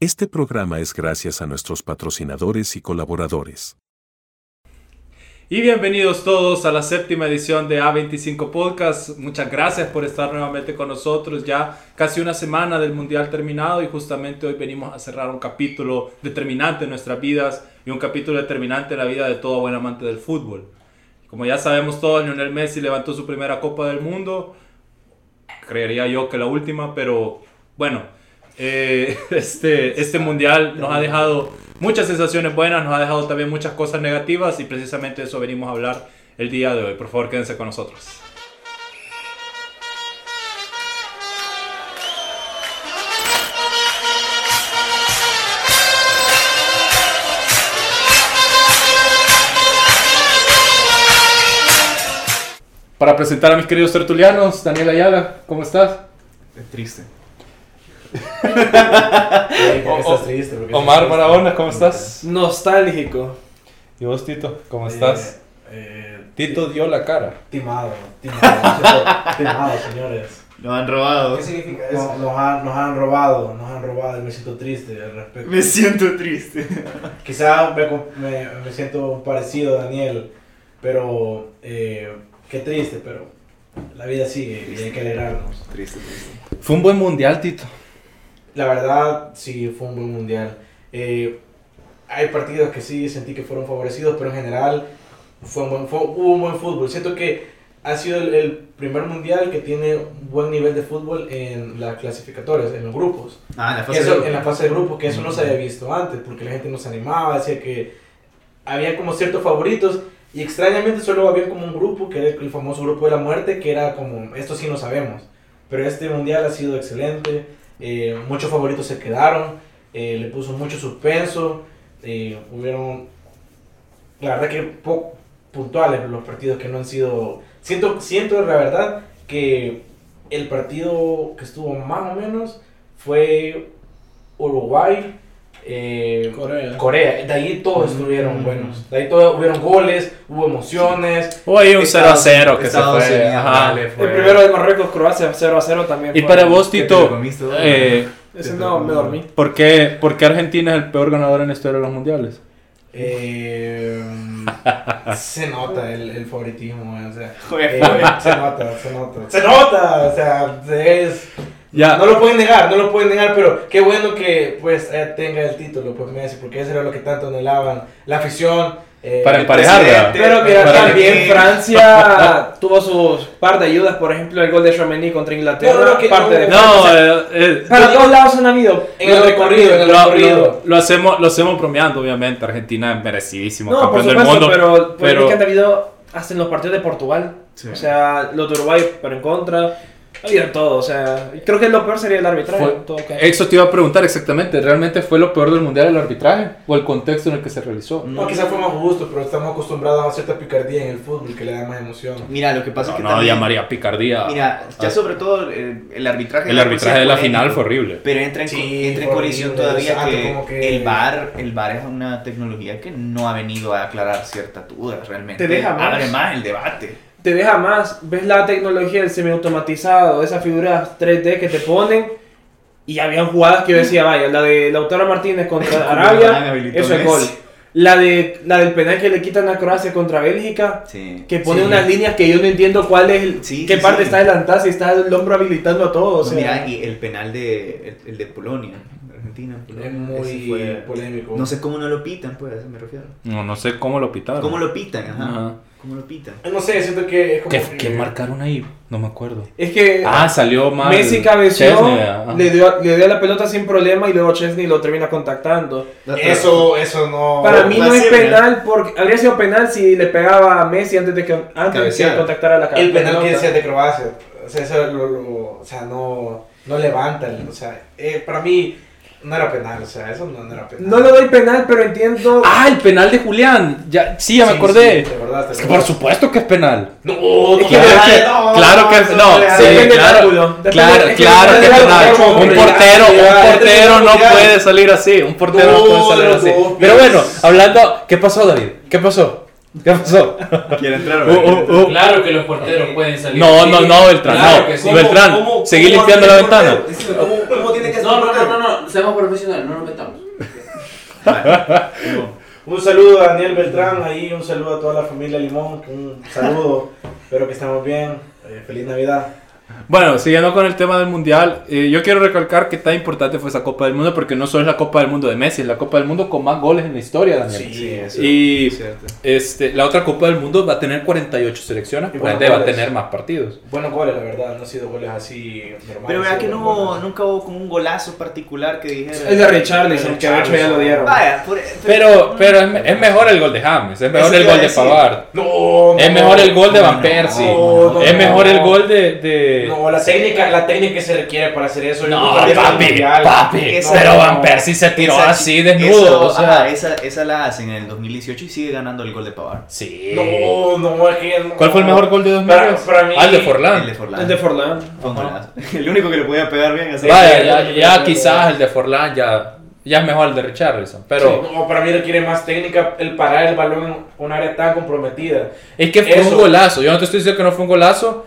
Este programa es gracias a nuestros patrocinadores y colaboradores. Y bienvenidos todos a la séptima edición de A25 Podcast. Muchas gracias por estar nuevamente con nosotros. Ya casi una semana del Mundial terminado y justamente hoy venimos a cerrar un capítulo determinante en nuestras vidas y un capítulo determinante en la vida de todo buen amante del fútbol. Como ya sabemos todos, Lionel Messi levantó su primera Copa del Mundo. Creería yo que la última, pero bueno, eh, este, este mundial nos ha dejado muchas sensaciones buenas, nos ha dejado también muchas cosas negativas y precisamente de eso venimos a hablar el día de hoy. Por favor, quédense con nosotros. Para presentar a mis queridos tertulianos, Daniel Ayala, ¿cómo estás? Es triste. Porque estás triste, porque estás Omar triste. Barahona, ¿cómo estás? Nostálgico. Y vos, Tito, ¿cómo Eh, estás? eh, Tito dio la cara. Timado, timado, timado, señores. Lo han robado. ¿Qué significa eso? Nos, nos han, nos han robado, nos han robado y me siento triste al respecto. Me siento triste. Quizá me, com- me, me siento parecido a Daniel, pero eh, qué triste, pero la vida sigue y hay que alegrarnos. Triste, triste. Fue un buen mundial, Tito. La verdad, sí, fue un buen mundial. Eh, hay partidos que sí sentí que fueron favorecidos, pero en general fue un buen, fue- hubo un buen fútbol. Siento que ha sido el, el primer mundial que tiene un buen nivel de fútbol en las clasificatorias, en los grupos. Ah, en la Que fase eso- de- en la fase de grupos, que eso no se había visto antes, porque la gente no se animaba, decía que había como ciertos favoritos. Y extrañamente solo había como un grupo, que era el famoso grupo de la muerte, que era como, esto sí no sabemos. Pero este mundial ha sido excelente, eh, muchos favoritos se quedaron, eh, le puso mucho suspenso, eh, hubieron, la verdad que po- puntuales los partidos que no han sido... Siento, siento la verdad que el partido que estuvo más o menos fue Uruguay. eh, Corea. Corea, de ahí todos estuvieron buenos. De ahí todos hubieron goles, hubo emociones. O ahí un Estados- 0 a 0 que se Estados fue. Unidos, Ajá. dale, fue. El primero de Marruecos, Croacia, 0 a 0 también. Y fue- para vos, ¿Qué te lo Tito, comiste, vos? eh, Ese no, me dormí. ¿por, qué, por qué Argentina es el peor ganador en la historia de los mundiales? Eh, se nota el, el favoritismo, o sea, Joder, eh, joder. se nota, se nota, se nota, o sea, es, Ya, no lo pueden negar, no lo pueden negar, pero qué bueno que pues eh, tenga el título, pues Messi, porque eso era lo que tanto anhelaban, la afición, eh, Para el emparejarla. presidente, Pero que Para también que- Francia tuvo sus par de ayudas, por ejemplo, el gol de Chomeny contra Inglaterra, No, no, que- parte no, de... no, eh, eh, Para todos lados han habido. en el recorrido, en el lo, recorrido. lo- lo hacemos, lo hacemos bromeando, obviamente. Argentina es merecidísimo No, por campeón del supuesto, mundo. pero, pero... pero- es que han habido hasta en los partidos de Portugal. Sí. O sea, los de Uruguay, pero en contra. Ha habido en todo, o sea, creo que lo peor sería el arbitraje. Fue- en todo caso. Eso te iba a preguntar exactamente. ¿Realmente fue lo peor del mundial el arbitraje? ¿O el contexto en el que se realizó? No, quizás fue más justo, pero estamos acostumbrados a cierta picardía en el fútbol que le da más emoción. Mira, lo que pasa es No, que no también- llamaría picardía. Mira, ya Ah. sobre todo el, el arbitraje. el arbitraje de la polémico, final fue horrible. Pero entra en, co- Sí, entra en fue colisión horrible, todavía exacto, que, como que- el bar el bar es una tecnología que no ha venido a aclarar ciertas dudas realmente. Te deja más. Abre más el debate. te deja más. Ves la tecnología del semiautomatizado, esas figuras 3D que te ponen. Y habían jugadas que yo decía, vaya, la de Lautaro Martínez contra Cubana Arabia, habilitó eso es Messi. gol. La, de, la del penal que le quitan a Croacia contra Bélgica, Sí. que pone Sí. unas líneas que yo no entiendo cuál es, el- Sí, qué sí, parte sí. está adelantada, si está el hombro habilitando a todos. No, o sea. Pues mira, y el penal de, el, el de Polonia, Argentina. Polonia, Es ese muy fue- polémico. No sé cómo no lo pitan, pues, a eso me refiero. No, no sé cómo lo pitaron. ¿Cómo lo pitan? Ajá. Ajá. ¿Cómo lo pitan? No sé, siento que es como. ¿Qué, que- qué marcaron ahí? No me acuerdo. Es que Ah, salió mal. Eh, Messi cabeció, Chesney, ajá. le dio, le dio la pelota sin problema y luego Chesney lo termina contactando. Eh, Eso, eso no. Para mí no es ¿eh? Brasil, penal porque habría sido penal si le pegaba a Messi antes de que antes de Cabecear. que contactara la El penal que pelota. decía de Croacia. O sea, eso lo- lo- o sea, no, no levanta. O sea, eh, para mí no era penal. O sea, eso no, no era penal. No le doy penal, pero entiendo. Ah, el penal de Julián. Ya, sí, ya me Sí, acordé. sí, te acordaste, Es que te por acordaste. supuesto que es penal. No, Es no, que- no, es que- no, claro que es- no, le da- sí, depende del claro, ángulo, depende- claro, es que claro que depende es del penal. ángulo, Un hombre. portero, un ya, portero no ya. puede salir así. Un portero no puede No, salir no, así. no, Pero pues. bueno, hablando. ¿Qué pasó, David? ¿Qué pasó? ¿Qué pasó? ¿Quiere entrar? Oh, Uh, oh, uh, uh. Claro que los porteros pueden salir. No, Sí. no, no, Beltrán. Claro no, que sí. Beltrán, seguí limpiando la ventana. ¿Cómo, cómo tiene que ser? No, no, no, no, no, no, seamos profesionales, no nos metamos. Un saludo a Daniel Beltrán, ahí un saludo a toda la familia Limón, un saludo, espero que estemos bien, eh, feliz Navidad. Bueno, siguiendo con el tema del mundial, eh, yo quiero recalcar que tan importante fue esa Copa del Mundo porque no solo es la Copa del Mundo de Messi, es la Copa del Mundo con más goles en la historia, Daniel. eso Y- es cierto. Este, la otra Copa del Mundo va a tener 48 selecciones, Y por ende va bueno, a goles. tener más partidos. Buenos goles, la verdad, no han sido goles así normales. oh. Pero vea que no hubo, Bueno, nunca hubo como un golazo particular que dijera. El de Richarlison, que de hecho ya lo dieron. Vaya, por- Pero, pero es, es mejor el gol de James, es mejor Eso te el iba gol a de decir. Pavard, No, es no. mejor el gol de Van no, Persie, no, no, es no, mejor el no. gol de... de- No, la técnica, la técnica que se requiere para hacer eso. No, yo creo que es papi, mundial. papi, Eso pero no. Van Persie se tiró Esa- así desnudo, eso- o sea, ajá, esa, esa la hacen en el 2018 y sigue ganando el gol de Pavard. sí. No, no, es que no. ¿Cuál fue el mejor gol de 2010? Para- para mí- Al de El de Forlán. Forlán. El de Forlán. Fue un golazo. El único que le podía pegar bien. así. Vaya, ya, ya quizás el de Forlán ya, ya es mejor el de Richarlison, pero... No, para mí requiere más técnica el parar el balón en un área tan comprometida. Es que fue Eso. un golazo. Yo no te estoy diciendo que no fue un golazo,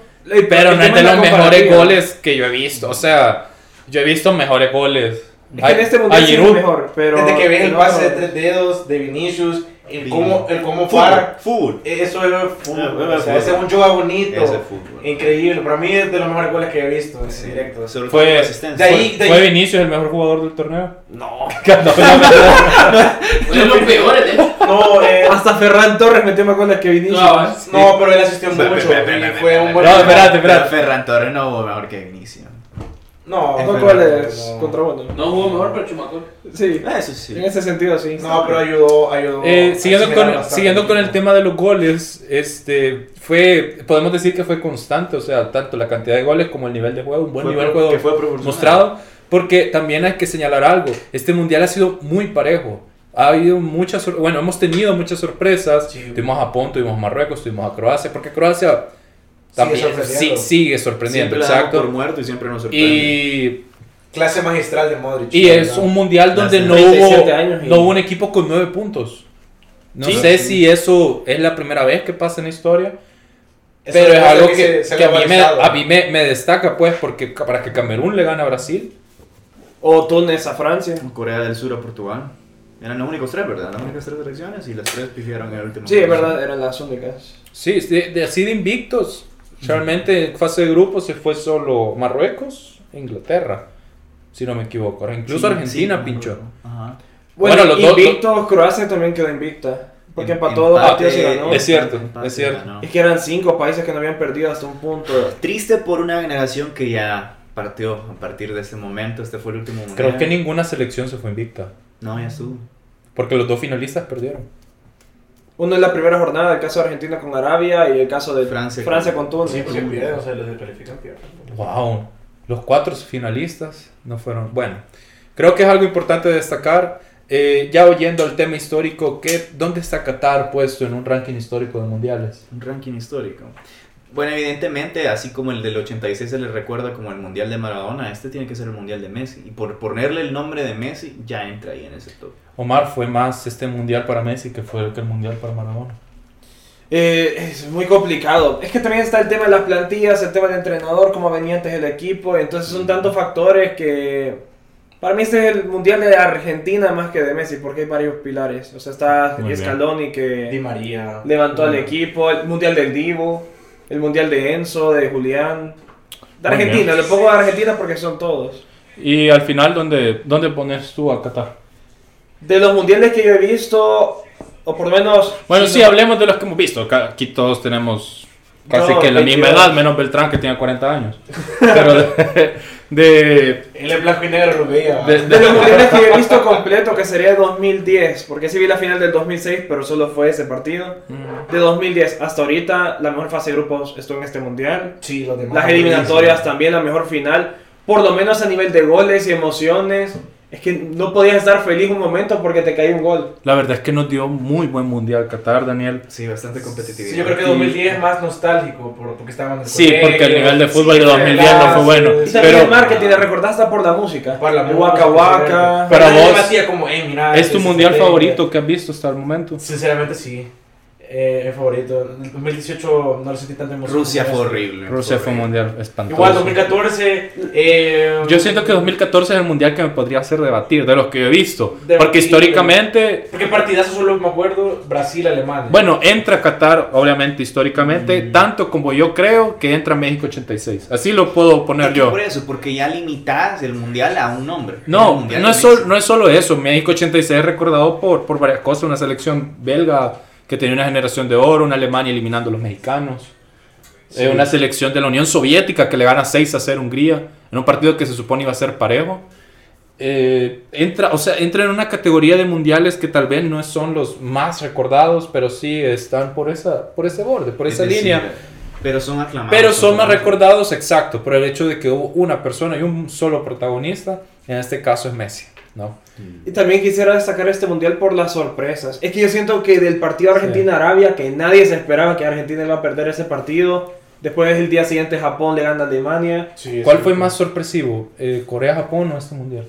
pero el no es tema de es la los mejores comparativa. goles que yo he visto. O sea, yo he visto mejores goles. Es que en este mundial sí es Giroud. mejor, pero... Desde que ves el no, pase de no. tres dedos de Vinicius, el Vin- cómo, el cómo Fútbol. para, Fútbol. eso es Ah, fútbol. bueno, O sea, fútbol. ese es un yoga bonito, Ese es fútbol. increíble. Para mí es de los mejores goles que he visto en directo. Sobre todo Fue- por asistencia. de ahí- ¿Fue Vinicius el mejor jugador del torneo? No, No, no, no. Fue de los peores, de hecho. no, eh, Hasta Ferran Torres metió más goles que Vinicius. eh. No, no, pero él asistió Fue- mucho. fue- fue- y fue- fue un buen No, jugador. espérate, Pero espérate. Ferran Torres no hubo mejor que Vinicius. No, ¿Con pero- cuáles? no. Contra uno. No jugó mejor, pero Chumacol. Sí. Ah, Eso sí. En ese sentido, sí. No, pero ayudó, ayudó. Eh, siguiendo, asimilar con, bastante siguiendo con el equipo. tema de los goles, este, fue, podemos decir que fue constante, o sea, tanto la cantidad de goles como el nivel de juego, un buen Fue nivel de pro- juego. que fue proporcional. mostrado. Porque también hay que señalar algo. Este mundial ha sido muy parejo. Ha habido muchas, sor- bueno, hemos tenido muchas sorpresas. Sí. Tuvimos a Japón, tuvimos a Marruecos, tuvimos a Croacia, porque Croacia también sí- sigue sorprendiendo. sorprendiendo, Siempre la damos por exacto. muerto y siempre nos sorprende. Y, Clase magistral de Modric. y es ¿verdad? un mundial donde Hace no 37 años hubo, y- no hubo un equipo con nueve puntos. No Sí. sé Sí. si eso es la primera vez que pasa en la historia. Eso Pero es parece algo que, se- se que a ha mí, me, valorizado. a mí me- me destaca, pues, porque ca- para que Camerún le gane a Brasil, O Túnez a Francia. Corea del Sur a Portugal. Eran los únicos tres, ¿verdad? Las únicas tres selecciones y las tres pifiaron en el último. Sí, es momento. verdad, eran las únicas. Sí, de, de- así de invictos. Realmente en fase de grupo se fue solo Marruecos e Inglaterra, si no me equivoco. Ahora, Incluso Sí, Argentina sí, pinchó. Ajá. Bueno, Bueno, los dos- invictos, Croacia también quedó invicta. Porque Em- empató dos empate, partidos y ganó. Es cierto, empate, es cierto. ganó. Es que eran cinco países que no habían perdido hasta un punto. Triste por una generación que ya partió a partir de este momento. Este fue el último mundial. Creo que ninguna selección se fue invicta, No, ya estuvo. porque los dos finalistas perdieron. Uno en la primera jornada, el caso de Argentina con Arabia y el caso de Francia Francia, con- con Túnez. Sí, porque cuidado, o sea, los descalifican pierden. ¡Wow! Los cuatro finalistas no fueron. Bueno, creo que es algo importante destacar. Eh, ya oyendo el tema histórico, ¿qué, ¿dónde está Qatar puesto en un ranking histórico de mundiales? Un ranking histórico. Bueno, evidentemente, así como el del 86 se le recuerda como el Mundial de Maradona, este tiene que ser el Mundial de Messi. Y por ponerle el nombre de Messi, ya entra ahí en ese top. Omar fue más este mundial para Messi que fue el que el mundial para Maradona. Eh, es muy complicado. Es que también está el tema de las plantillas, el tema del entrenador, cómo venía antes el equipo. Entonces son tantos factores que... Para mí este es el Mundial de Argentina más que de Messi, porque hay varios pilares. O sea, está Muy bien. Scaloni Di que María. levantó al Bueno. equipo, el Mundial del Divo, el Mundial de Enzo, de Julián. De Muy bien. Argentina, le pongo a Argentina porque son todos. Y al final, ¿dónde, dónde pones tú a Qatar? De los mundiales que yo he visto, o por lo menos... Bueno, si sí, no- hablemos de los que hemos visto. Ca- Aquí todos tenemos casi No, que la 22. misma edad, menos Beltrán que tiene 40 años. Pero de, de, Él es blanco y negro, lo veía. de- De los de- mundiales que yo he visto completo, que sería 2010, porque sí vi la final del 2006, pero solo fue ese partido. mm, De 2010 hasta ahorita, la mejor fase de grupos estuvo en este mundial. Sí, los demás. Las eliminatorias también, la mejor final. Por lo menos a nivel de goles y emociones. Es que no podías estar feliz un momento porque te caía un gol. la verdad es que nos dio muy buen mundial Qatar, Daniel. Sí, bastante competitividad. Sí, yo creo que 2010 es más nostálgico por, porque estaban en el Sí, colegio. porque el nivel de fútbol de Sí, 2010 no fue bueno. Y también Pero- el marketing, te recordaste por la música. Por la El Waka música, Waka. Pero Nadie vos- "Eh, me hacía como, "Ey, mira, este ¿Es tu ese mundial es el- favorito que has visto hasta el momento? Sinceramente sí. eh, mi favorito. En el 2018 no lo sentí tanto emocionante. Rusia fue horrible. Rusia fue un horrible. mundial espantoso. este. Igual, 2014. Eh, Yo siento que 2014 es el mundial que me podría hacer debatir, de los que yo he visto. Debatir. Porque históricamente Porque partidazos solo me acuerdo Brasil-Alemania. Bueno, entra Qatar, obviamente, históricamente, Mm. tanto como yo creo que entra México 86. Así lo puedo Es poner que yo. Por eso, porque ya limitas el mundial a un hombre. El No, mundial no es, de sol- Messi. no es solo eso. México 86 es recordado por, por varias cosas. Una selección belga que tenía una generación de oro, una Alemania eliminando a los mexicanos. Eh, una selección de la Unión Soviética que le gana 6 a 0 a Hungría en un partido que se supone iba a ser parejo. Eh, entra, o sea, entra en una categoría de mundiales que tal vez no son los más recordados, pero sí están por, esa, por ese borde, por Es esa decir, línea. Pero son aclamados. Pero son más aclamados. recordados, exacto, por el hecho de que hubo una persona y un solo protagonista, en este caso es Messi, ¿no? Y también quisiera destacar este mundial por las sorpresas. Es que yo siento que del partido Argentina-Arabia, que nadie se esperaba que Argentina iba a perder ese partido. Después el día siguiente Japón le gana a Alemania. Sí, ¿Cuál sí. fue más sorpresivo? eh, ¿Corea-Japón o este mundial?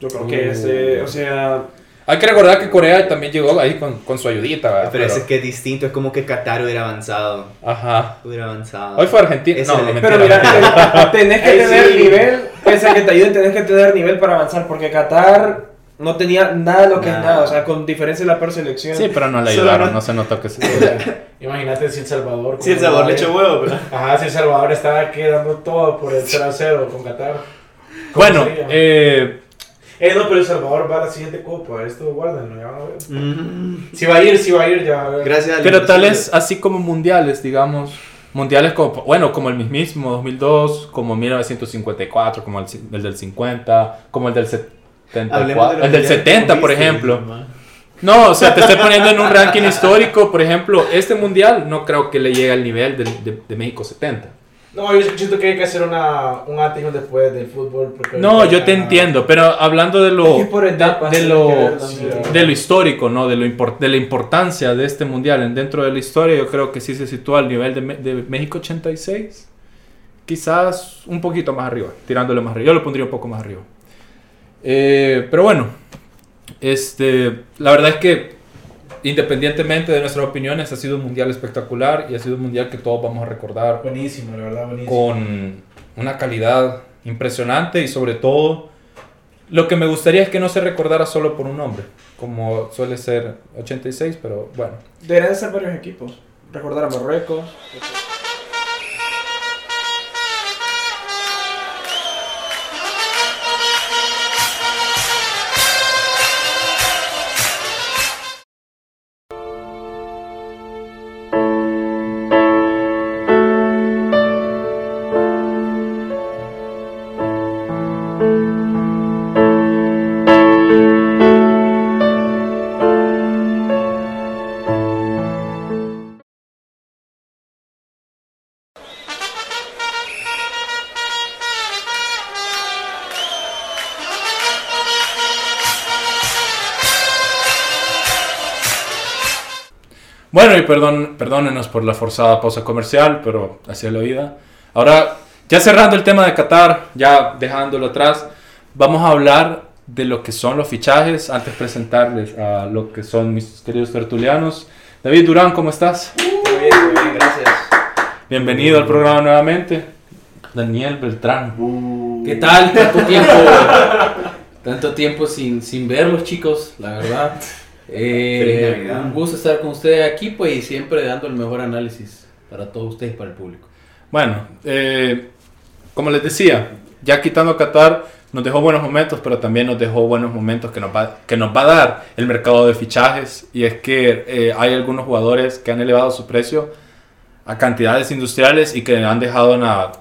Yo creo que Uh. ese, Uh. o sea, Hay que recordar que Corea también llegó ahí con, con su ayudita, ¿verdad? Pero es Pero- que es distinto, es como que Qatar hubiera avanzado. Ajá. Hubiera avanzado. Hoy fue Argentina. Es No, el- mentira. pero mira, tenés que Ahí tener sí. nivel, pese a que te ayuden, tenés que tener nivel para avanzar, porque Qatar no tenía nada de lo que es Nada. nada, o sea, con diferencia de la peor selección. Sí, pero no le Solo ayudaron, no- no se notó que se... Imagínate si El Salvador. Sí, el como sabor le Uruguay. echó huevo, pero. Ajá, si El Salvador estaba quedando todo por el 0 a 0 con Qatar. ¿Cómo Bueno, sería? eh, Eh, no, pero El Salvador va a la siguiente copa. Esto guárdenlo, ya van a ver. Mm, Si va a ir, si va a ir, ya van a ver. Gracias al Pero tal es así como mundiales, digamos. Mundiales como, bueno, como el mismo 2002, como 1954, como el, ci- el del 50, como el del 74, el del 70, por ejemplo. No, o sea, te estoy poniendo en un ranking histórico, por ejemplo, este mundial no creo que le llegue al nivel del- de, de México 70. No, yo siento que hay que hacer una, un antes y un después del fútbol. porque No, ahorita yo te ya- entiendo, pero hablando de lo... Es que por etapas, de hay lo- que ver Sí, también. de lo histórico, ¿no? De, lo impor- de la importancia de este mundial en- dentro de la historia, yo creo que sí se sitúa al nivel de, Me- de México 86, quizás un poquito más arriba, tirándole más arriba. Yo lo pondría un poco más arriba. Eh, pero bueno, este, la verdad es que independientemente de nuestras opiniones, ha sido un mundial espectacular y ha sido un mundial que todos vamos a recordar Buenísimo, la verdad, buenísimo. con una calidad impresionante y sobre todo lo que me gustaría es que no se recordara solo por un nombre, como suele ser 86, pero bueno. Deberían ser varios equipos. Recordar a Marruecos. Bueno, y perdón, perdónenos por la forzada pausa comercial, pero así es la vida. Ahora, ya cerrando el tema de Qatar, ya dejándolo atrás, vamos a hablar de lo que son los fichajes, antes presentarles a lo que son mis queridos tertulianos. David Durán, ¿cómo estás? Muy bien, muy bien, gracias. Bienvenido al programa nuevamente. Daniel Beltrán. ¿Qué tal? Tanto tiempo, tanto tiempo sin, sin verlos, chicos, la verdad. Eh, Feliz Navidad. un gusto estar con ustedes aquí, pues, y siempre dando el mejor análisis para todos ustedes y para el público. Bueno, eh, como les decía, ya quitando Qatar nos dejó buenos momentos, pero también nos dejó buenos momentos que nos va, que nos va a dar el mercado de fichajes. Y es que eh, hay algunos jugadores que han elevado su precio a cantidades industriales y que han dejado una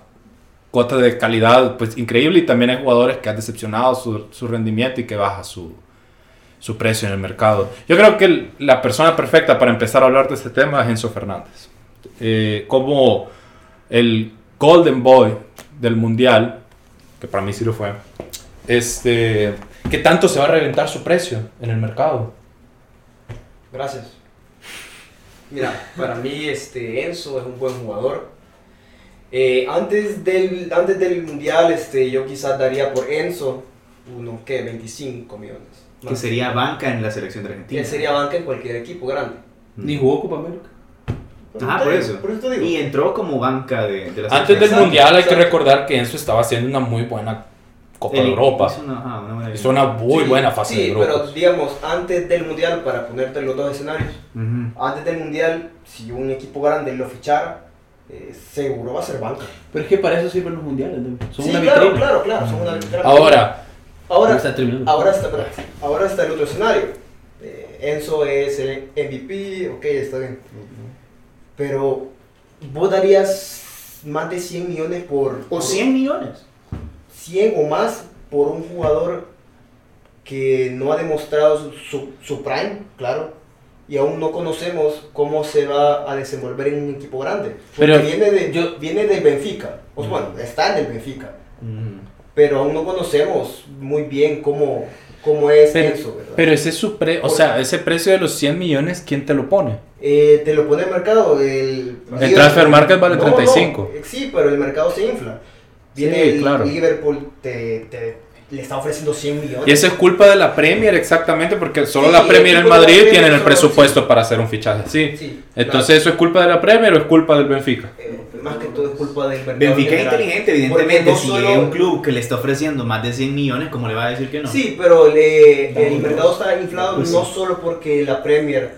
cuota de calidad pues increíble. Y también hay jugadores que han decepcionado su, su rendimiento y que baja su, su precio en el mercado. Yo creo que el- la persona perfecta para empezar a hablar de este tema es Enzo Fernández. Eh, como el Golden Boy del Mundial, que para mí sí lo fue, este, ¿qué tanto se va a reventar su precio en el mercado? Gracias. Mira, para mí este Enzo es un buen jugador. Eh, antes, del, antes del mundial este, yo quizás daría por Enzo unos ¿qué? 25 millones. Que sería banca en la selección de Argentina. Mm. Él sería banca en cualquier equipo grande. Ni jugó Copa América. Ah, te por digo, eso. Por eso te digo. Y entró como banca de, de Antes la del selección. Exacto, Mundial hay que exacto. recordar que Enzo estaba haciendo una muy buena Copa de El- Europa. hizo una- ajá, una buena Hizo una muy Sí, buena fase sí, de pero grupos. digamos, antes del mundial, para ponerte los dos escenarios, Ujú. antes del mundial, si un equipo grande lo fichara, eh, seguro va a ser banca. Pero es que para eso sirven los mundiales. ¿no? Son sí, una claro, vitrina. claro, claro, son una vitrina. Ahora, Ya ahora, está terminando. ahora está, espera, ahora está el otro escenario. Eh, Enzo es el MVP, ok, está bien. Pero vos darías más de 100 millones por... O por 100 millones. 100 o más por un jugador que no ha demostrado su, su- su prime, claro, y aún no conocemos cómo se va a desenvolver en un equipo grande. Porque Pero viene, de, yo- viene del Benfica, o Mm. bueno, está en el Benfica, Mm. pero aún no conocemos muy bien cómo, cómo es Pero- eso, ¿verdad? Pero ese es su pre- o sea, ese precio de los 100 millones, ¿quién te lo pone? Eh, te lo pone el mercado. El, El transfer market vale No, no, 35. eh, sí, pero el mercado se infla. Viene Sí, el claro. Liverpool, te, te- le está ofreciendo 100 millones. Y eso es culpa de la Premier, exactamente, porque solo Sí, la Premier en el equipo de la Madrid Premier tienen el solo- presupuesto para hacer un fichaje así. Sí, claro. Entonces, ¿eso es culpa de la Premier o es culpa del Benfica? Eh, más que todo es culpa del mercado. Benfica es general. inteligente, Porque evidentemente. no si solo- llega un club que le está ofreciendo más de 100 millones, ¿cómo le va a decir que no? Sí, pero le- el mercado está inflado Pues sí. no solo porque la Premier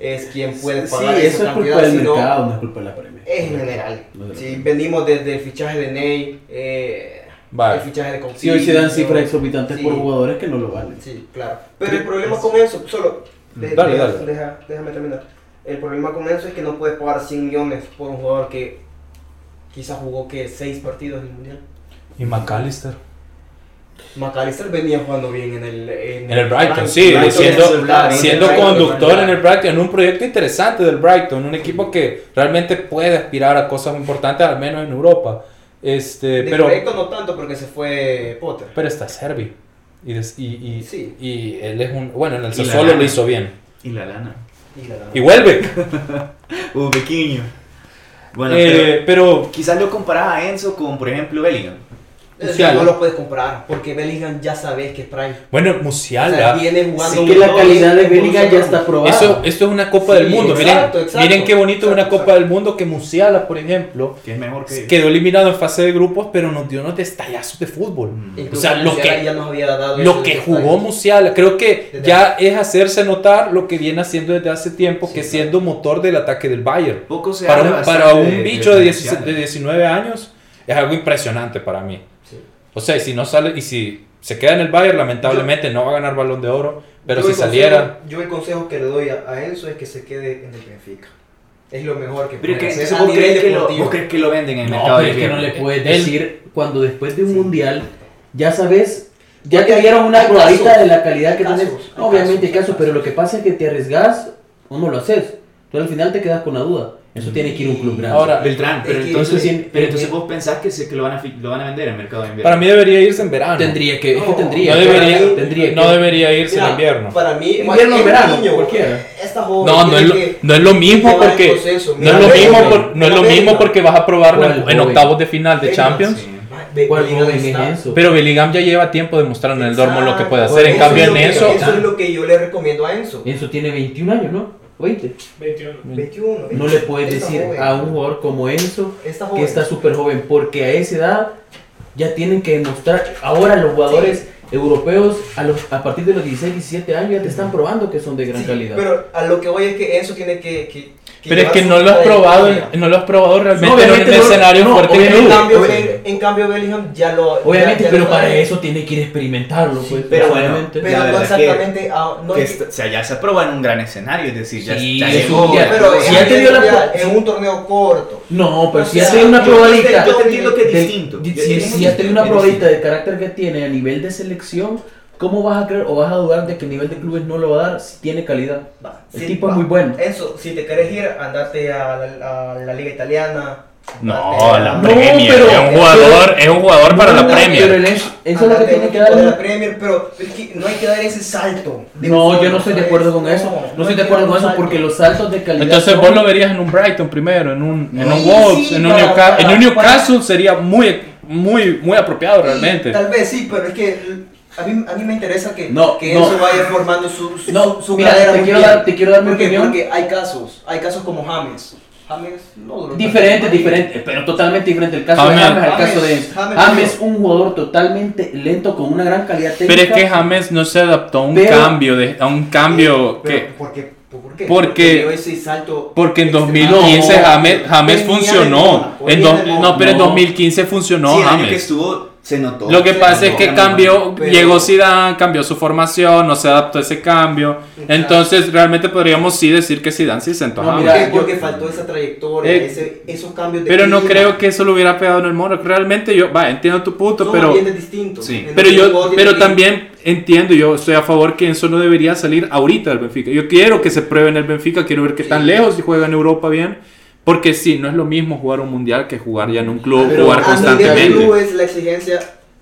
es quien puede Sí, pagar eso pues, esa es cantidad, culpa del sino mercado, no es culpa de la premia. en general. No de la Si Premier. venimos desde el fichaje de Ney, eh, Vale. el fichaje de Si hoy se dan cifras Coutinho, exorbitantes Sí. por jugadores que no lo valen. Sí, claro. Pero el problema con eso, solo. de- Dale, deja- dale. deja- déjame terminar. El problema con eso es que no puedes pagar 100 millones por un jugador que quizás jugó que 6 partidos en el mundial. Y McAllister. McAllister venía jugando bien en el, en En el Brighton, sí, Brighton siendo, es titular, ¿eh? siendo Brighton es conductor titular. en el Brighton, en un proyecto interesante del Brighton, un equipo que realmente puede aspirar a cosas importantes, al menos en Europa. Este, De pero, proyecto no tanto porque se fue Potter. pero está Servi. Y, des- y, y, Sí. y él es un. Bueno, en el Y la Sassuolo lo gana. hizo bien. Y la lana. Y la verdad. Y vuelve. Uh, pequeño. Bueno, Eh, pero pero quizás lo comparás a Enzo con, por ejemplo, Bellingham. Es que Musiala. no lo puedes comprar porque Bellingham ya sabes que es Prime. Bueno, O sea, Musiala. viene jugando Así que la un calidad de doble, Bellingham ya incluso- está probada. Eso, esto es una Copa Sí, del Mundo. exacto, miren, exacto. miren qué bonito es una Exacto, Copa exacto. del Mundo que Musiala, por ejemplo, Que es mejor que. quedó eliminado en fase de grupos, pero nos dio unos destallazos de fútbol. Mm. Incluso O sea, lo Musiala que- ya nos había dado Lo ese que detalle. jugó Musiala, creo que Desde ya es hacerse notar lo que viene haciendo desde hace tiempo, que Sí, siendo motor del ataque del Bayern. Poco se Para habla un, bastante para un bicho de, Valenciano. 16 de 19 años es algo impresionante para mí. Sí. O sea, y si no sale, y si se queda en el Bayern, lamentablemente no va a ganar balón de oro, pero Yo si el consejo- saliera... yo el consejo que le doy a, a Enzo es que se quede en el Benfica. Es lo mejor que Pero puede que, hacer entonces a vos, nivel crees que lo, deportivo. vos crees que lo venden en el No, mercado pero de es que no le Eh, invierno? puedes Él- decir cuando después de un mundial ya sabes, ya Porque te hay- dieron una hay probadita casos, de la calidad que hay tienes. casos, hay Obviamente hay casos, casos, hay pero casos. lo que pasa es que te arriesgas o no lo haces. Tú al final te quedas con la duda. Mm. Eso tiene que ir a un club grande. Ahora, Beltrán, pero Es que- entonces, es que- pero entonces vos pensás que, se- que lo, van a, fi- lo van a vender en el mercado de invierno. Para mí debería irse en verano. tendría que, es que No, tendría, no que- debería, tendría que- no debería irse Mira, pues, en invierno. Para mí, Invierno, es verano, niño, cualquiera. Esta joven No, no es, lo, tiene que- no es lo mismo llevar el porque proceso. no Mira, es lo Bellingham, mismo, por- no es lo mira, mismo Bellingham. porque vas a probarlo en, ¿Cuál en joven? octavos de final de Champions. Sí. Be- ¿Cuál Bellingham joven es está- eso? Pero Bellingham ya lleva tiempo demostrando en el Dortmund lo que puede hacer. En Eso es cambio lo en que- eso, Eso es lo que yo le recomiendo a Enzo. Enzo tiene 21 años, ¿no? 20. 21. 21. No le puedes Esta decir joven. a un jugador como Enzo Esta que joven. está súper joven, porque a esa edad ya tienen que demostrar, ahora los jugadores europeos a, los, a partir de los 16, 17 años ya te están probando que son de gran Sí, calidad. Pero a lo que voy es que Enzo tiene que. que- pero es llevar que su no lo has trayectoria. probado, en- no lo has probado No, realmente en un obviamente no- escenario no, fuerte. obviamente en En club. no. cambio, Obviamente. en, en cambio, Bellingham ya lo. obviamente, ya- ya pero lo para sabe. eso tiene que ir a experimentarlo, pues. pero bueno, obviamente. Pero La no verdad es que- exactamente. a- no Que es- está- o sea, ya se aprueba en un gran escenario, es decir, ya, Sí, ya es llegó. un- ya- pero Si en ya te un dio la- mundial, en un torneo corto. no, pero o si ya sea, te dio yo- una probadita. Yo te entiendo que es del- distinto. di- Yo- Si, es si ya distinto, te dio una es probadita distinto. de carácter que tiene a nivel de selección, ¿cómo vas a creer o vas a dudar de que a nivel de clubes no lo va a dar si tiene calidad? Va, El sí, tipo va. es muy bueno. Enzo, si te querés ir, andate a la, a la Liga Italiana. No, andate a- la No, Premier. pero- es un jugador, es un jugador para la No, Pero Premier. el Enzo- Enzo lo que andate a un tiene que equipo dar de es la Premier, pero es que no hay que dar ese salto. de un No, solo, yo no estoy de ¿sabes? acuerdo con eso. pues, No, No hay estoy que de acuerdo dar con un eso salto. porque los saltos de calidad. Entonces son- vos lo verías en un Brighton primero, en un, en un Sí, Wolves, sí, en un para- Newca- en un para- Newcastle sería muy, muy, muy apropiado realmente. Tal vez sí, pero es que A mí, a mí me interesa que, No, que no. Enzo vaya formando su, su, No, su mira, carrera te muy quiero bien. dar- te quiero dar mi ¿Por qué? opinión. Porque hay casos, hay casos como James. James no duró Diferente, tanto tiempo. diferente, pero totalmente diferente el caso de James. James al caso de Enzo. James, James, un jugador totalmente lento con una gran calidad técnica. Pero es que James no se adaptó a un Pero- cambio, de, a un cambio Pero, que... ¿Por qué? ¿Por qué? Porque- dio ese salto Porque en extremadamente- 2015 No, James, James venía de funcionó. Mona, En venía dos- de Mona. no, pero en No. 2015 funcionó sí, el año que James. estuvo se notó. Lo que Se pasa es notó, que era muy cambió, pero- llegó Zidane, cambió su formación, no se adaptó a ese cambio. Entonces realmente podríamos sí decir que Zidane sí sentó a No, James. ¿Por qué? mira, yo- Porque faltó esa trayectoria, Ah, Eh, ese- esos cambios de Pero no clima. creo que eso lo hubiera pegado en el mono. Realmente yo, va, entiendo tu punto, Son pero... ambientes distintos. Sí. En Pero donde el juego yo, tiene pero que- también entiendo, yo estoy a favor que Enzo no debería salir ahorita del Benfica. Yo quiero que se pruebe en el Benfica, quiero ver qué tan lejos y juega en Europa bien. Porque sí, no es lo mismo jugar un mundial que jugar ya en un club, Pero jugar a nivel constantemente. clubes, la exigencia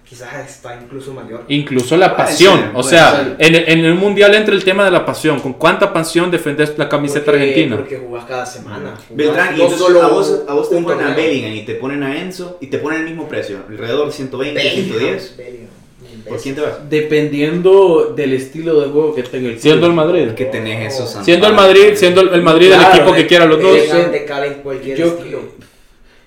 quizás está incluso mayor. Incluso la Puede pasión. ser, o puede sea, en, ser. en el mundial entra el tema de la pasión. ¿Con cuánta pasión defendes la camiseta Porque- argentina? Porque jugás cada semana. jugás Mm. Beltrán, y no entonces solo a vos, a vos te un ponen a torneo. Bellingham y te ponen a Enzo y te ponen el mismo precio, alrededor de 120, 110. Bellingham, Bellingham. ¿Por quién te vas? Dependiendo del estilo de juego que tenga el Siendo el club. Madrid. Que tenés esos San Siendo el Pablo. Madrid, siendo el- el Madrid Claro, el equipo que eh, quiera los dos. eh, Bellingham te cala en cualquier Yo- estilo.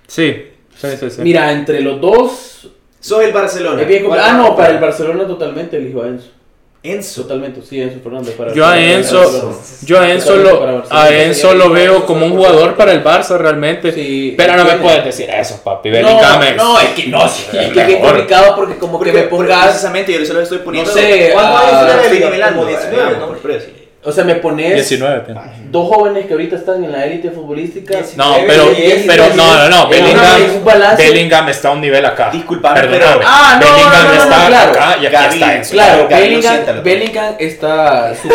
Sí. Sí, sí, sí. Mira, entre los dos. Soy el Barcelona. es bien compl- ¿Cuál- ah, no, para el Barcelona totalmente elijo a Enzo. Enzo. Totalmente, sí, Enzo Fernández. Para Yo a para- Enzo- Yo a Enzo Para lo, Barcelona. a Enzo lo veo como un jugador para el Barça realmente. Sí, Pero no me entiendo. puedes decir eso, papi. No, Bellingham es- no, es que no, sí, es que es bien mejor. complicado porque como que me pongas, Precisamente yo solo le estoy poniendo. No sé, ¿Cuántos ah, años tiene sí, Bellingham? como Milano, 19, eh, ¿no? por precio. o sea, me pones 19 tiene. dos jóvenes que ahorita están en la élite futbolística. No, pero, Diecinueve, pero no, no, no. diecinueve, es Eh, un Bellingham, balazo. Bellingham está a un nivel acá. Ah, Disculpame, Perdóname. pero- Ah, no, Bellingham no, no, no, está claro. acá y acá Gavi, está Enzo. Claro, Gaby, no Bellingham, siéntalo. Bellingham está su-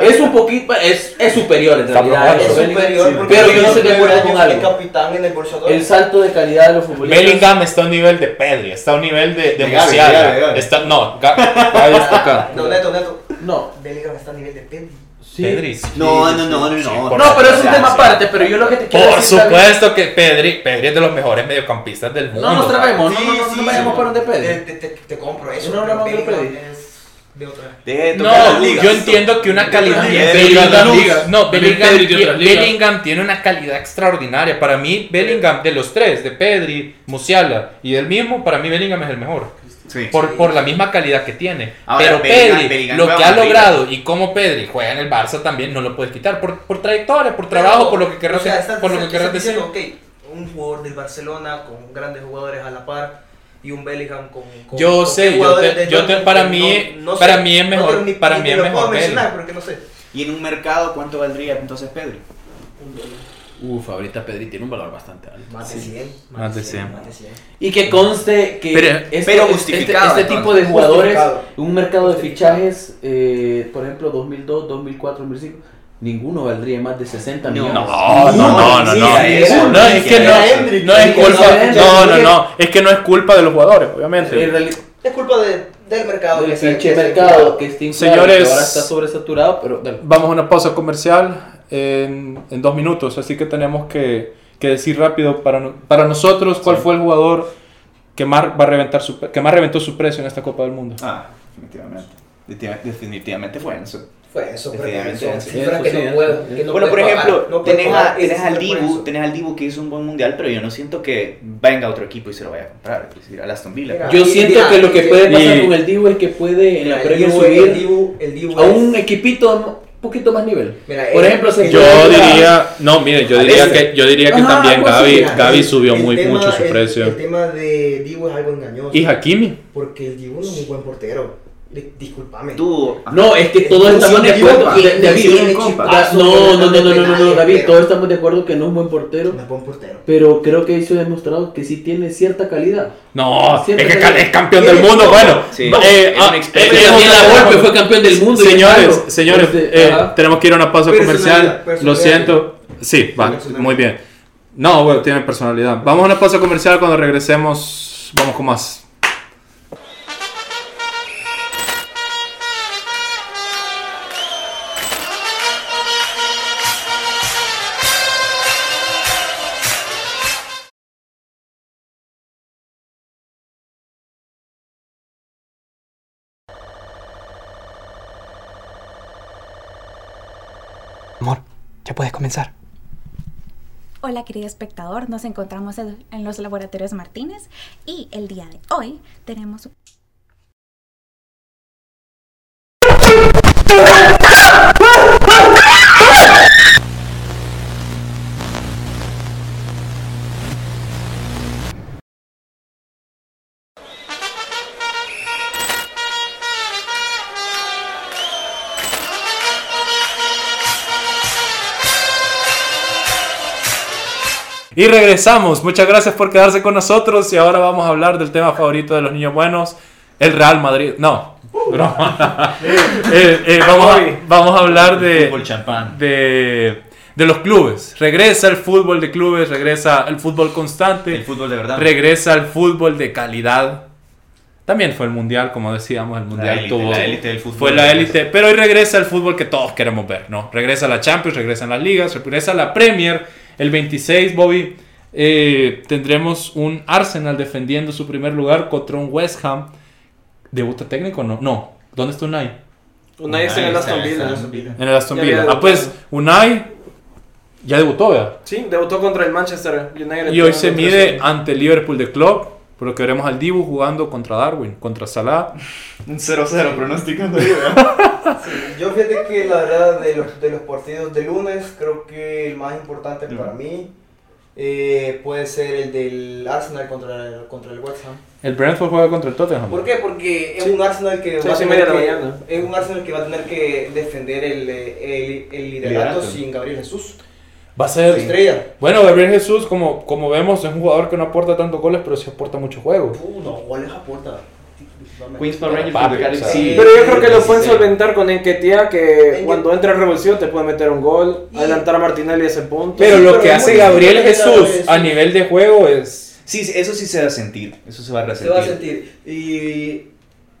es un poquito es, es superior en Está realidad. probado. Es eso, Bellingham. superior Sí, porque pero yo tiene no estoy de 19 acuerdo con años, es algo. capitán en el bolsador. El salto de calidad de los futbolistas. Bellingham está a un nivel de Pedri, está a un nivel de, de De Gavi, Musiala. de Gavi, de Gavi. Está, no, Ga- Gavi está acá. No, neto, neto. No, Bellingham está a nivel de Pedri. sí. Pedri. No, no, no, no, no. por No, pero es un Ya, tema sí. aparte, pero yo lo que te quiero Por decir también- supuesto que Pedri, Pedri es de los mejores mediocampistas del mundo. No nos trabemos, no, Sí, no, no, no sí, vayamos sí. para donde Te, Pedri. te, te, te compro eso. No, no, pero no, no, Bellingham Pedri. es de otra. Deje de tocar las No, ligas. yo entiendo que una calidad. Ligas. Bellingham, Ligas, ligas. no, Bellingham, Pedri de otras ligas. Bellingham tiene una calidad extraordinaria. Para mí, Bellingham, de los tres, de Pedri, Musiala y del mismo, para mí Bellingham es el mejor. Sí. Por, por la misma calidad que tiene. Ahora, Pero Bellingham- Pedri, Bellingham lo juega que ha Madrid. logrado y cómo Pedri juega en el Barça también no lo puedes quitar. Por, por trayectoria, por Pero, trabajo, por lo que querrás, o sea, estás por lo que diciendo- querrás estás decir. diciendo, ok, un jugador del Barcelona con grandes jugadores a la par y un Bellingham con. con- Yo con sé, qué yo jugadores te- del yo te- Dortmund para que mí- para mí es mejor- ni- para ni mí te es lo mejor puedo mencionar Bellingham. porque no sé. Y en un mercado, ¿cuánto valdría entonces Pedri? Uf, ahorita Pedri tiene un valor bastante alto. Más de 100. Más de 100. Más de 100. Y que conste que Pero- este, pero este- justificado, este, entonces. tipo de jugadores, Justificado. un mercado de Justificado. fichajes, eh, por ejemplo, 2002, 2004, 2005, ninguno valdría más de 60 millones. Ah, No, no, no, no, no. Sí, eso, No, es que no, era no es Hendrick, culpa. Hendrick, No, no, Hendrick. no. Es que no es culpa de los jugadores, obviamente. En realidad, Es culpa de- del mercado. el que se- pinche que se- mercado que está inflado, Señores. que ahora está sobresaturado, pero dale. Vamos a una pausa comercial en, en dos minutos, así que tenemos que, que decir rápido para, no- para nosotros cuál fue el jugador que más, va a reventar su, pre- que más reventó su precio en esta Copa del Mundo. Ah, definitivamente. Definitiva- Definitivamente fue Enzo. Fue eso, pero Definitivamente, son sí, cifras eso que sí, no eso puedo. sí. que no bueno, por puedo pagar, ejemplo, no puedo tenés, a, pagar ese tenés al precio. Dibu, tenés al Dibu que hizo un buen mundial, pero yo no siento que venga otro equipo y se lo vaya a comprar. Es decir, al Aston Villa. Mira, Yo Y- siento mira, que lo que y- puede pasar y- con el Divo es que puede en Mira, la el previa Dibu- subir el Dibu- el Dibu a un es- equipito un poquito más nivel. Mira, Por el- ejemplo, se el- Yo puede llegar- diría, no, mire, yo diría que, yo diría que Ajá, también pues Gaby, sí, Mira, Gaby el- subió el muy, tema- mucho su el- El precio. tema de Dibu es algo engañoso. Y Hakimi, Porque el Dibu no es un buen portero. Di- disculpame. Tú, No, es que todos Sí, estamos sí, de yo acuerdo. digo que Da- le David, hicieron un da- chipazo, no, no, no, no, no, no, no, pero- David, todos estamos de acuerdo que no es un buen portero, No es buen portero. pero creo que hizo demostrado que sí tiene cierta calidad. no, es Siempre que que- es campeón del mundo, bueno. Sí, eh, es un ah, experto. eh, También eh, la Volpe fue campeón del mundo. y Señores, claro, señores, este, eh, ajá. tenemos que ir a una pausa Personalidad, comercial. Lo personalidad. siento. Sí, va, Personalidad. muy bien. No, bueno, tiene personalidad. Vamos a una pausa comercial cuando regresemos. Vamos con más. Amor, ya puedes comenzar. Hola querido espectador, nos encontramos en en los laboratorios Martínez y el día de hoy tenemos... Y regresamos. Muchas gracias por quedarse con nosotros. Y ahora vamos a hablar del tema favorito de los niños buenos: el Real Madrid. No, broma. Eh, eh, vamos, a, vamos a hablar de. Fútbol champán. de, de los clubes. Regresa el fútbol de clubes, regresa el fútbol constante, El fútbol de verdad. regresa el fútbol de calidad. También fue el mundial, como decíamos, el mundial élite, tuvo- la élite del fútbol. Fue la élite, pero hoy regresa el fútbol que todos queremos ver, ¿no? Regresa la Champions, regresan las ligas, regresa la Premier. El 26, Bobby, eh, tendremos un Arsenal defendiendo su primer lugar contra un West Ham. ¿Debuta técnico o no? No. ¿Dónde está Unai? Unai está en el Aston Villa. En el Aston Ya había Villa. Ah, debutado. pues Unai ya debutó, ¿verdad? Sí, debutó contra el Manchester United. Y hoy se Contra mide el- ante el Liverpool de Club, por lo que veremos al Dibu jugando contra Darwin, contra Salah. Un 0-0 pronosticando ahí, ¿verdad? Yo fíjate que la verdad de los, de los partidos de lunes, creo que el más importante para mí eh, puede ser el del Arsenal contra el, contra el West Ham. El Brentford juega contra el Tottenham. ¿Por qué? Porque es un Arsenal que Sí, va a sí, tener media de la que- mañana. es un Arsenal que va a tener que defender el, eh, el- el liderato Liderato. sin Gabriel Jesús. Va a Su ser. estrella. Bueno, Gabriel Jesús, como, como vemos, es un jugador que no aporta tantos goles, pero sí aporta mucho juego. Uh, no, goles aporta. Queens Park Rangers Papi, contra Galaxy. o sea, Sí. Pero yo creo que lo pueden Sí. solventar con Enquetia, que Enque- cuando entra en revolución te puede meter un gol, Y- adelantar a Martinelli ese punto. Pero Sí, lo pero que es hace muy Gabriel diferente a Gabriel Jesús a Jesús. nivel de juego es. Sí, sí, eso sí se va a sentir. Eso se va a Se va a resentir. sentir. Y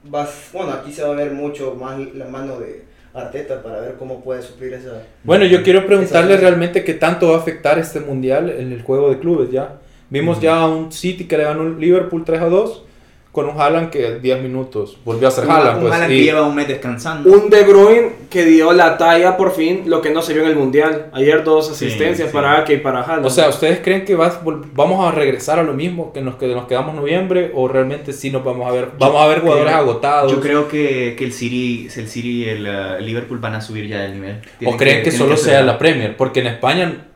vas, bueno, aquí se va a ver mucho más la mano de Arteta para ver cómo puede suplir esa. Bueno, yo quiero preguntarle Exacto. realmente qué tanto va a afectar este mundial en el juego de clubes ya. Vimos ya a un City que le ganó un Liverpool 3 a 2 con un Haaland que 10 minutos volvió a ser Haaland. Un Pues, Haaland y- que lleva un mes descansando. Un De Bruyne que dio la talla por fin, lo que no se vio en el Mundial. Ayer dos asistencias sí. para Ake y para Haaland. O sea, ¿ustedes creen que vas- vol- vamos a regresar a lo mismo que nos, que nos quedamos en noviembre? ¿O realmente sí nos vamos a ver? Vamos a ver jugadores creo- agotados. Yo creo que, que el City, el City y el eh, Liverpool van a subir ya el nivel. ¿O Tienen creen que, tienen solo sea hacer- la Premier? Porque en España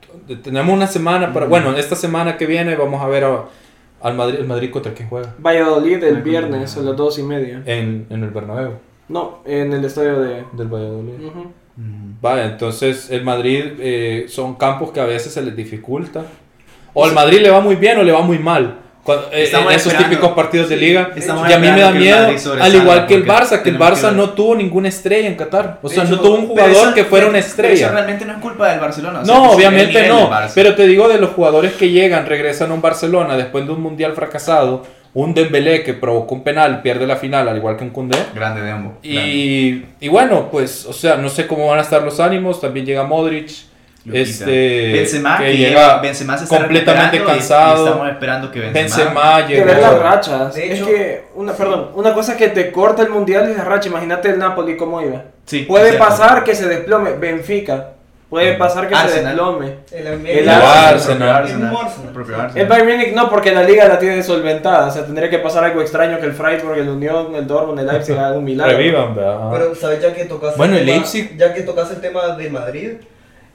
tenemos una semana para. Bueno, esta semana que viene vamos a ver a- al Madrid, el Madrid contra quién juega. Valladolid el viernes a las dos y media. En, en el Bernabéu No, en el estadio de... del Valladolid. Ujú. Mm. Vale, entonces el Madrid eh, son campos que a veces se les dificulta. O al Madrid le va muy bien o le va muy mal. Cuando- eh, Estamos en esos esperando. típicos partidos de liga. Estamos y a mí me da esperando que el miedo, Madrid sobresalga, al igual que el porque Barça, que el tenemos que Barça ver. no tuvo ninguna estrella en Qatar. O sea, Eso- no tuvo un pero jugador eso- que fuera una pero Eso estrella. realmente no es culpa del Barcelona. o sea, No, que se ve el obviamente nivel no. del Barça. Pero te digo de los jugadores que llegan, regresan a un Barcelona después de un mundial fracasado, un Dembélé que provocó un penal, pierde la final, al igual que un Koundé. Grande de ambos. grande. Y, y bueno, pues, o sea, no sé cómo van a estar los ánimos. También llega Modric. Lo quita. Este, Benzema, que que llega Benzema se está completamente recuperando y- y cansado. estamos esperando que Benzema. Benzema, Hay que ver las llegó. rachas. De es hecho- que, una, perdón, una cosa que te corta el Mundial es la racha. Imagínate el Napoli cómo iba. Sí, Puede cierto. pasar que se desplome Benfica. Puede pasar que se Arsenal. desplome. El, Arsenal. El El propio Arsenal. El propio El Arsenal. Bayern Múnich no, porque la liga la tiene solventada. O sea, tendría que pasar algo extraño que el Freiburg, el Unión, el Dortmund, el Leipzig hagan un milagro. Revivan, ¿verdad? Pero, ¿sabes? Ya que tocaste Bueno, el tema, Leipzig- Ya que tocaste el tema de Madrid,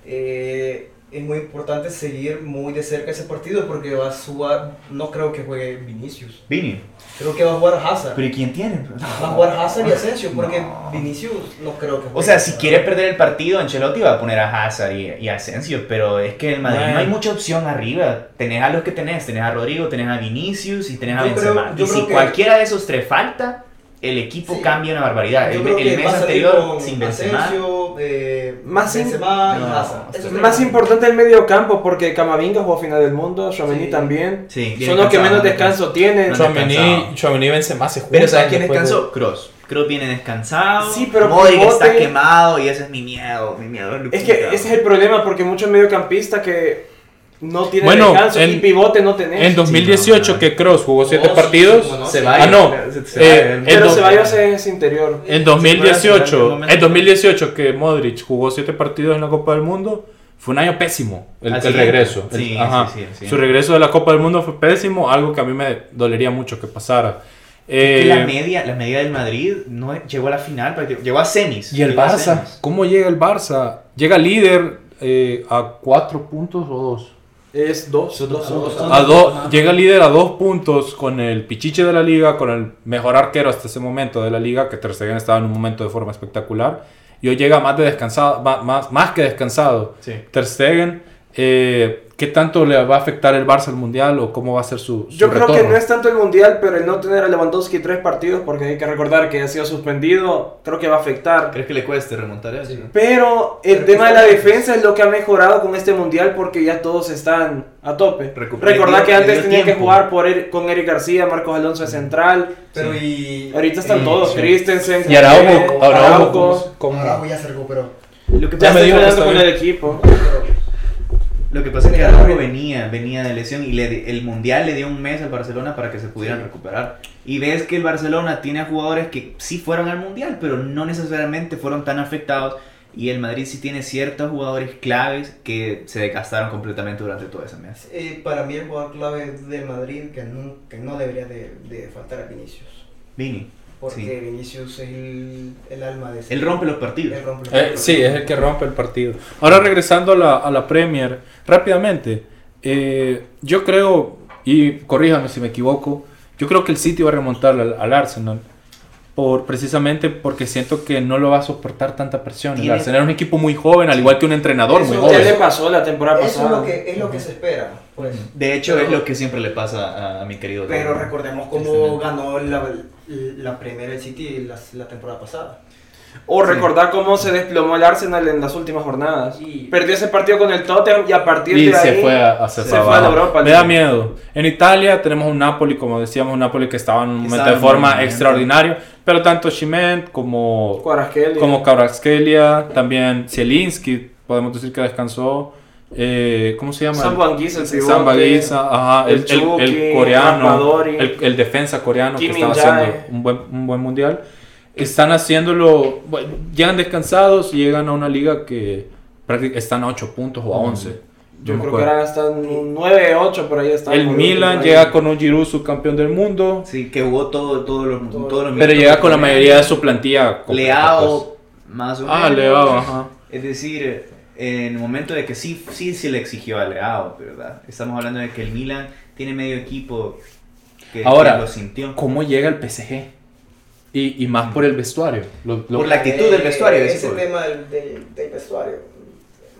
eh, es muy importante seguir muy de cerca ese partido porque va a jugar. No creo que juegue Vinicius. Vini. Creo que va a jugar Hazard. Pero ¿y quién tiene? Ah, Va a jugar Hazard y Asensio porque No. Vinicius no creo que juegue. O sea, si quiere perder el partido, Ancelotti va a poner a Hazard y, y a Asensio, pero es que en Madrid no hay mucha opción arriba. Tenés a los que tenés, tenés a Rodrigo, tenés a Vinicius y tenés a Yo creo- Benzema. yo y creo si que- cualquiera de esos tres falta, el equipo Sí. cambia una barbaridad. Yo El, creo el que va mes a salir anterior, con sin Benzema, Asensio, eh, Más in- Benzema y No, Hazard. Eso creo Más que- importante el medio campo, porque Camavinga jugó final del mundo, Chomeny Sí. también. Sí, tiene Son los que cansado, menos ¿no? descanso tienen. No. Chouameni, descansado. Chouameni y Benzema se juntan Pero ¿sabes quién después de- descansó? Cross. Cross viene descansado. Sí, pero Modric Pivote- está quemado y ese es mi miedo. Mi miedo. Es que ese es el problema, porque muchos mediocampistas que no tiene Bueno, descanso y en- pivote no tenés. En 2018 no, no. que Cross jugó 7 Oh, sí, partidos, cómo no, se sí. va. Ah, no. Se- se- eh, en pero dos- Ceballos es interior. En Sí, bueno, 2018, sí, en 2018 que Modric jugó 7 partidos en la Copa del Mundo, fue un año pésimo el, Al el siguiente. regreso. El- Sí, ajá. sí, sí, el siguiente. Su regreso de la Copa del Mundo fue pésimo, algo que a mí me dolería mucho que pasara. Que Eh, la media, la media del Madrid no llegó a la final, prácticamente, llegó a semis. y el llegó a Barça, semis. ¿cómo llega el Barça? Llega líder eh, a 4 puntos o 2. Es dos. Son dos- son dos- son A dos- do- llega líder a dos puntos con el pichiche de la liga, con el mejor arquero hasta ese momento de la liga, que Ter Stegen estaba en un momento de forma espectacular. Y hoy llega más, de descansado, ma- más, más que descansado. Sí. Ter Stegen, eh, ¿qué tanto le va a afectar el Barça al Mundial o cómo va a ser su, su Yo creo que retorno? no es tanto el mundial, pero el no tener a Lewandowski tres partidos, porque hay que recordar que ha sido suspendido, creo que va a afectar. ¿Crees que le cueste remontar eso? Pero el Pero tema de que la está- defensa es lo que ha mejorado con este mundial porque ya todos están a tope. Recuperó- Recordar le dio- que le antes dio tenía que tiempo. jugar por Eric- con Eric García, Marcos Alonso de central. Pero y. Ahorita están y- todos, sí. Christensen, Y Araujo- Pérez, Araujo, pues. Arauco, ¿cómo? Araujo ya se recuperó. Lo que pasa ya está me dijo que entrenando está con bien. el equipo. Lo que pasa es que Araujo venía, venía de lesión y le di- el Mundial le dio un mes al Barcelona para que se pudieran recuperar. Y ves que el Barcelona tiene a jugadores que sí fueron al Mundial, pero no necesariamente fueron tan afectados. Y el Madrid sí tiene ciertos jugadores claves que se desgastaron completamente durante todo ese mes. Eh, para mí el jugador clave de Madrid que no, que no debería de, de faltar a Vinicius. Vini, Porque Sí. Vinicius es el, el alma de ese él rompe los partidos. Él rompe los Eh, partidos. sí, es el que rompe el partido. Ahora regresando a la, a la Premier, rápidamente, eh, yo creo, y corríjame si me equivoco, yo creo que el City va a remontar al, al Arsenal. Por, precisamente porque siento que no lo va a soportar tanta presión. El Tiene- Arsenal es un equipo muy joven, al igual que un entrenador muy Eso- Ya joven. le pasó la temporada Eso es pasada. lo que, es lo que se espera. Pues. De hecho, es lo que siempre le pasa a, a mi querido. Pero Tottenham. recordemos cómo Tristemente. ganó la, la Premier el City la, la temporada pasada. O recordar cómo se desplomó el Arsenal en las últimas jornadas. Y- Perdió ese partido con el Tottenham y a partir Y de ahí se fue a, hacia se abajo. fue a la Europa Me da League. miedo. En Italia tenemos un Napoli, como decíamos, un Napoli que estaba en un momento Estaba de en un forma momento. extraordinario, pero tanto Chiment como Kvaratskhelia. como Cabraskelia, también Zielinski, podemos decir que descansó. eh, ¿Cómo se llama? Samba Anguisa, el pivote. Samba Anguisa, ajá, el, el el- el Chucky, coreano, Raspadori. el, el defensa coreano Kim que estaba Min-jae. haciendo un buen, un buen mundial. Están haciéndolo, bueno, llegan descansados, llegan a una liga que prácti- están a 8 puntos o a 11. Yo no me creo que acuerdo. eran hasta 9, 8 por ahí estaba. El Milan llega con un Giroud, subcampeón del mundo, Sí, que jugó todo, todos los Todo. todos los pero minutos. llega con la mayoría de su plantilla. completa, pues. Leao, más o menos. Ah, Leao, ajá. Es decir, eh, en el momento de que sí, sí se le exigió a Leao, ¿verdad? Estamos hablando de que el Milan tiene medio equipo que, Ahora, que lo sintió. cómo llega el PSG. Y, y más por el vestuario. Lo- lo- Por la actitud del vestuario, Eh, es Ese por- tema del, del- del vestuario.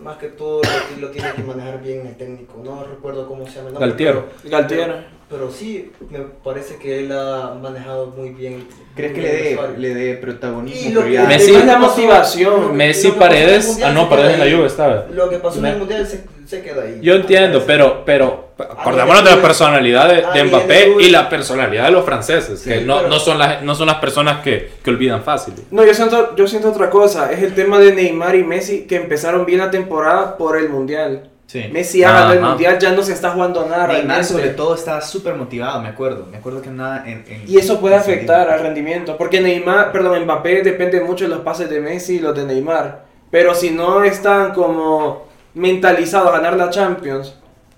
Más que todo lo, lo tiene que manejar bien el técnico. No recuerdo cómo se llama. el nombre, Galtier. pero- Galtier. Pero sí, me parece que él ha manejado muy bien. ¿Crees que muy le bien el dé, vestuario. le dé protagonismo? Y lo que- prioridad? Messi- Messi. Lo la que- motivación. Messi, lo que pasó en el Paredes. Mundial Ah, se no, Paredes en la queda ahí. Juve estaba. Lo que pasó en Me- el mundial se, se queda ahí. Yo entiendo, pero, pero acordémonos de la personalidad de, de Ah, Mbappé bien, y la personalidad de los franceses, que Sí, no, pero- no, son las, no son las personas que, que olvidan fácil. No, yo siento, yo siento otra cosa. Es el tema de Neymar y Messi que empezaron bien la temporada por el mundial. Sí. Messi ha ganado el Ajá. mundial, ya no se está jugando nada. Neymar realmente. sobre todo estaba súper motivado, me acuerdo. Me acuerdo que nada en, en- Y eso puede en- afectar al rendimiento, porque Neymar, perdón, Mbappé depende mucho de los pases de Messi y los de Neymar. Pero si no están como mentalizados a ganar la Champions,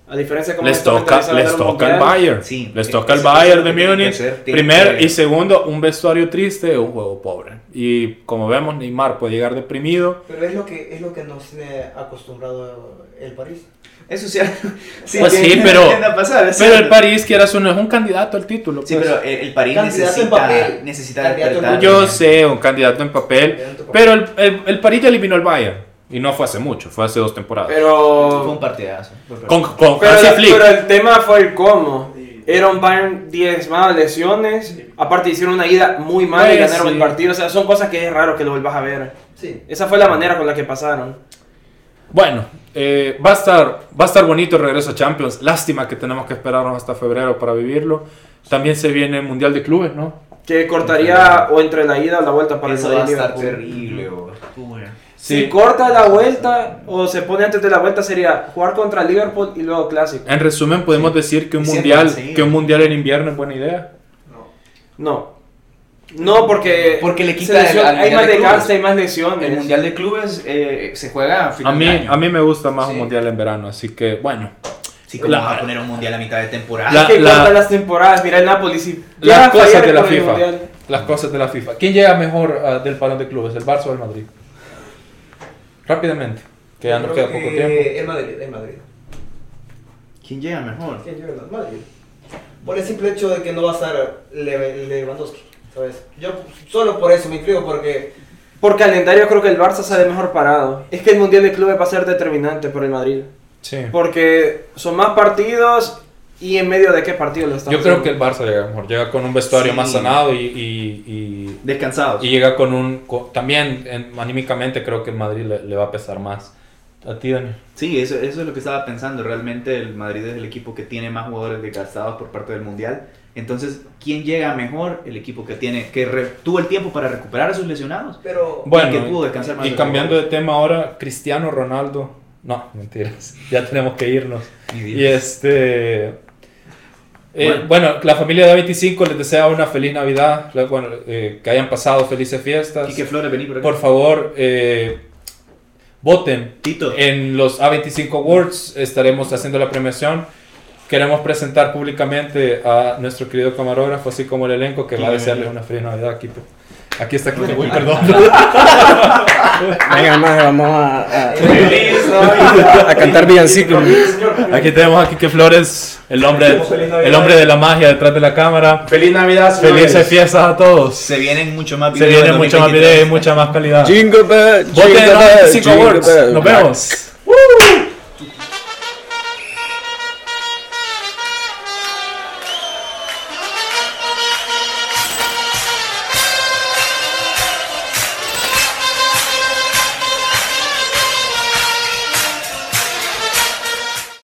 a diferencia de como Les están toca, mentalizados a les ganar un toca el mundial, Bayern. Sí, les eh, toca el eso es lo Bayern de que tienen que Múnich. hacer, tienen Primero que- y segundo, un vestuario triste, un juego pobre. Y como vemos, Neymar puede llegar deprimido. Pero es lo que, es lo que nos tiene acostumbrado el París. Eso es cierto. sí. Pues sí, tiene- pero- tiende a pasar, es Pero el cierto. París, quieras o no, es un candidato al título. Sí, pues. pero el, el París Candidato en necesita, papel. necesita Candidato en despertar. Yo papel. sé, un candidato en papel. Pero el, el, el París ya eliminó al Bayern. Y no fue hace mucho, fue hace dos temporadas. Fue un Pero, partidazo. fue un con con pero, Hansi Flick. pero el tema fue el cómo. Era un Bayern 10 más lesiones, aparte hicieron una ida muy mala y Pues, ganaron sí. el partido. O sea, son cosas que es raro que lo vuelvas a ver. Sí. Esa fue la manera con la que pasaron. Bueno, eh, va, a estar, va a estar bonito el regreso a Champions. Lástima que tenemos que esperarnos hasta febrero para vivirlo. También se viene el Mundial de Clubes, ¿no? que cortaría o entre la ida o la vuelta para Eso el va a Madrid estar Liverpool. terrible, bro. Si Sí. corta la vuelta o se pone antes de la vuelta sería jugar contra Liverpool y luego clásico. En resumen, podemos decir que un Y siempre mundial, han seguido. que un mundial en invierno es buena idea. No. No, porque Porque le quita se el- lesiona- al hay Mundial más de clubes. desgaste, hay más lesiones. El mundial de clubes eh, se juega a fin A de mí, año. a mí me gusta más un Sí. mundial en verano, así que bueno. Sí, como la- va a poner un mundial a mitad de temporada. la- Es que la- corta las temporadas, mira el Napoli si Las ya cosas fallaron de la por el FIFA. Mundial. Las cosas de la FIFA. ¿Quién llega mejor ah, del balón de clubes, el Barça o el Madrid? Rápidamente, que ya nos queda poco tiempo. En Madrid, en Madrid. ¿Quién llega mejor? ¿Quién lleva el Madrid? Por el simple hecho de que no va a estar Le- Lewandowski, ¿sabes? Yo solo por eso me inscribo, porque Por calendario creo que el Barça sale mejor parado. Es que el Mundial de Clubes va a ser determinante por el Madrid. Sí. Porque son más partidos y en medio de qué partido lo están Yo creo que el Barça llega mejor, llega con un vestuario Sí. más sanado y, y- Descansados. y- y llega con un... co- también en- anímicamente creo que el Madrid le, le va a pesar más. A ti, Dani. Sí, eso, eso es lo que estaba pensando. Realmente el Madrid es el equipo que tiene más jugadores desgastados por parte del Mundial. Entonces, ¿quién llega mejor? El equipo que tiene que re- tuvo el tiempo para recuperar a sus lesionados. pero Bueno, que pudo descansar más y de cambiando de los tema ahora, Cristiano Ronaldo. No, mentiras, ya tenemos que irnos. Mi Y Dios. este. eh, Bueno. bueno. la familia de 25 les desea una feliz Navidad, la- bueno, eh, que hayan pasado felices fiestas. Quique Flores, vení por aquí. Por favor, eh, voten Tito. en los A25 Awards, estaremos haciendo la premiación. Queremos presentar públicamente a nuestro querido camarógrafo, así como el elenco, que va a desearles una feliz Navidad aquí. Aquí está Kike, uy, perdón. Venga, más vamos a, Feliz a cantar villancicos. Aquí tenemos a Kike Flores, el hombre, Feliz Navidad. el hombre de la magia detrás de la cámara. Feliz Navidad, señores. Felices fiestas a todos. Se vienen mucho más Se viene mucho más video y mucha más calidad. Jingle bell, Voten jingle en bell, 25 jingle Awards. bell. Nos vemos.